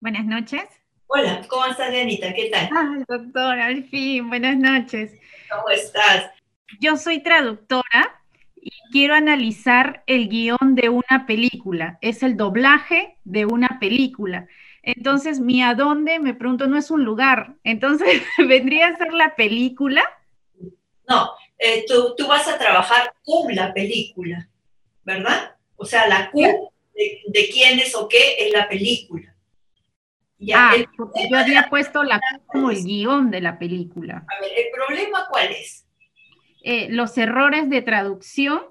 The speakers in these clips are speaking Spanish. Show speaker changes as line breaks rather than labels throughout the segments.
Buenas noches.
Hola, ¿cómo estás, Dianita? ¿Qué tal?
Ah, doctor, al fin, buenas noches.
¿Cómo estás?
Yo soy traductora y quiero analizar el guión de una película. Es el doblaje de una película. Entonces, mi a dónde, me pregunto, no es un lugar. Entonces, ¿vendría a ser la película?
No, eh, tú, tú, vas a trabajar con la película, ¿verdad? O sea, la Q de, de quién es o qué es la película.
Ya, ah, porque yo había puesto la como el guión de la película.
A ver, ¿el problema cuál es?
Eh, los errores de traducción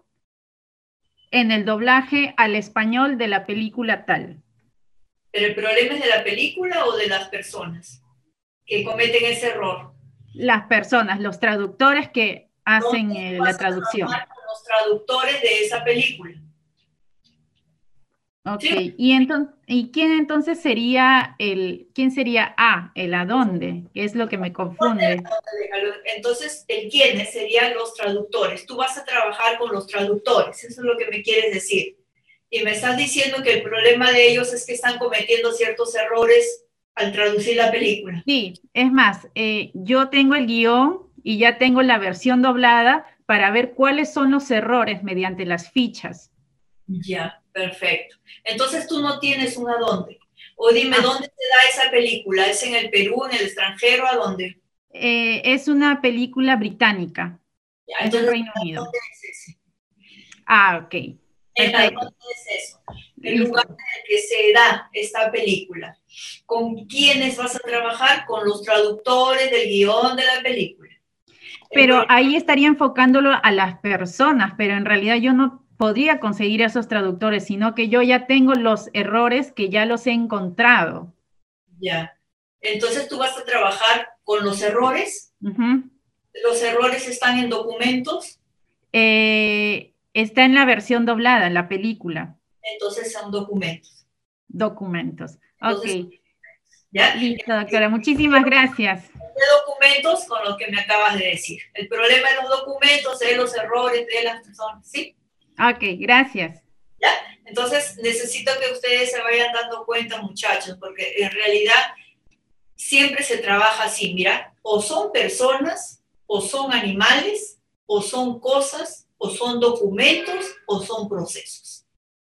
en el doblaje al español de la película tal.
¿Pero el problema es de la película o de las personas que cometen ese error?
Las personas, los traductores que hacen eh, la traducción.
los traductores de esa película.
Ok, sí. y, entonces, ¿y quién entonces sería el, quién sería A, el a dónde? Que es lo que me confunde.
Entonces, el quiénes serían los traductores. Tú vas a trabajar con los traductores, eso es lo que me quieres decir. Y me estás diciendo que el problema de ellos es que están cometiendo ciertos errores al traducir la película.
Sí, es más, eh, yo tengo el guión y ya tengo la versión doblada para ver cuáles son los errores mediante las fichas.
Ya, perfecto. Entonces tú no tienes un a dónde. O dime, ¿dónde te da esa película? ¿Es en el Perú, en el extranjero, a dónde?
Eh, es una película británica. Ya, es entonces, del Reino Unido. Es ese? Ah, ok.
Perfecto. ¿Dónde es eso? El lugar en el que se da esta película. ¿Con quiénes vas a trabajar? Con los traductores del guión de la película.
Pero ahí estaría enfocándolo a las personas, pero en realidad yo no podría conseguir a esos traductores, sino que yo ya tengo los errores que ya los he encontrado.
Ya. Entonces tú vas a trabajar con los errores. Uh -huh. ¿Los errores están en documentos?
Eh, está en la versión doblada, en la película.
Entonces son documentos.
Documentos. Entonces, ok. ¿Ya? Listo, doctora. Muchísimas gracias.
De documentos con lo que me acabas de decir. El problema de los documentos es los errores de las personas, ¿sí?
Ok, gracias.
¿Ya? Entonces, necesito que ustedes se vayan dando cuenta, muchachos, porque en realidad siempre se trabaja así, mira, o son personas, o son animales, o son cosas, o son documentos, o son procesos.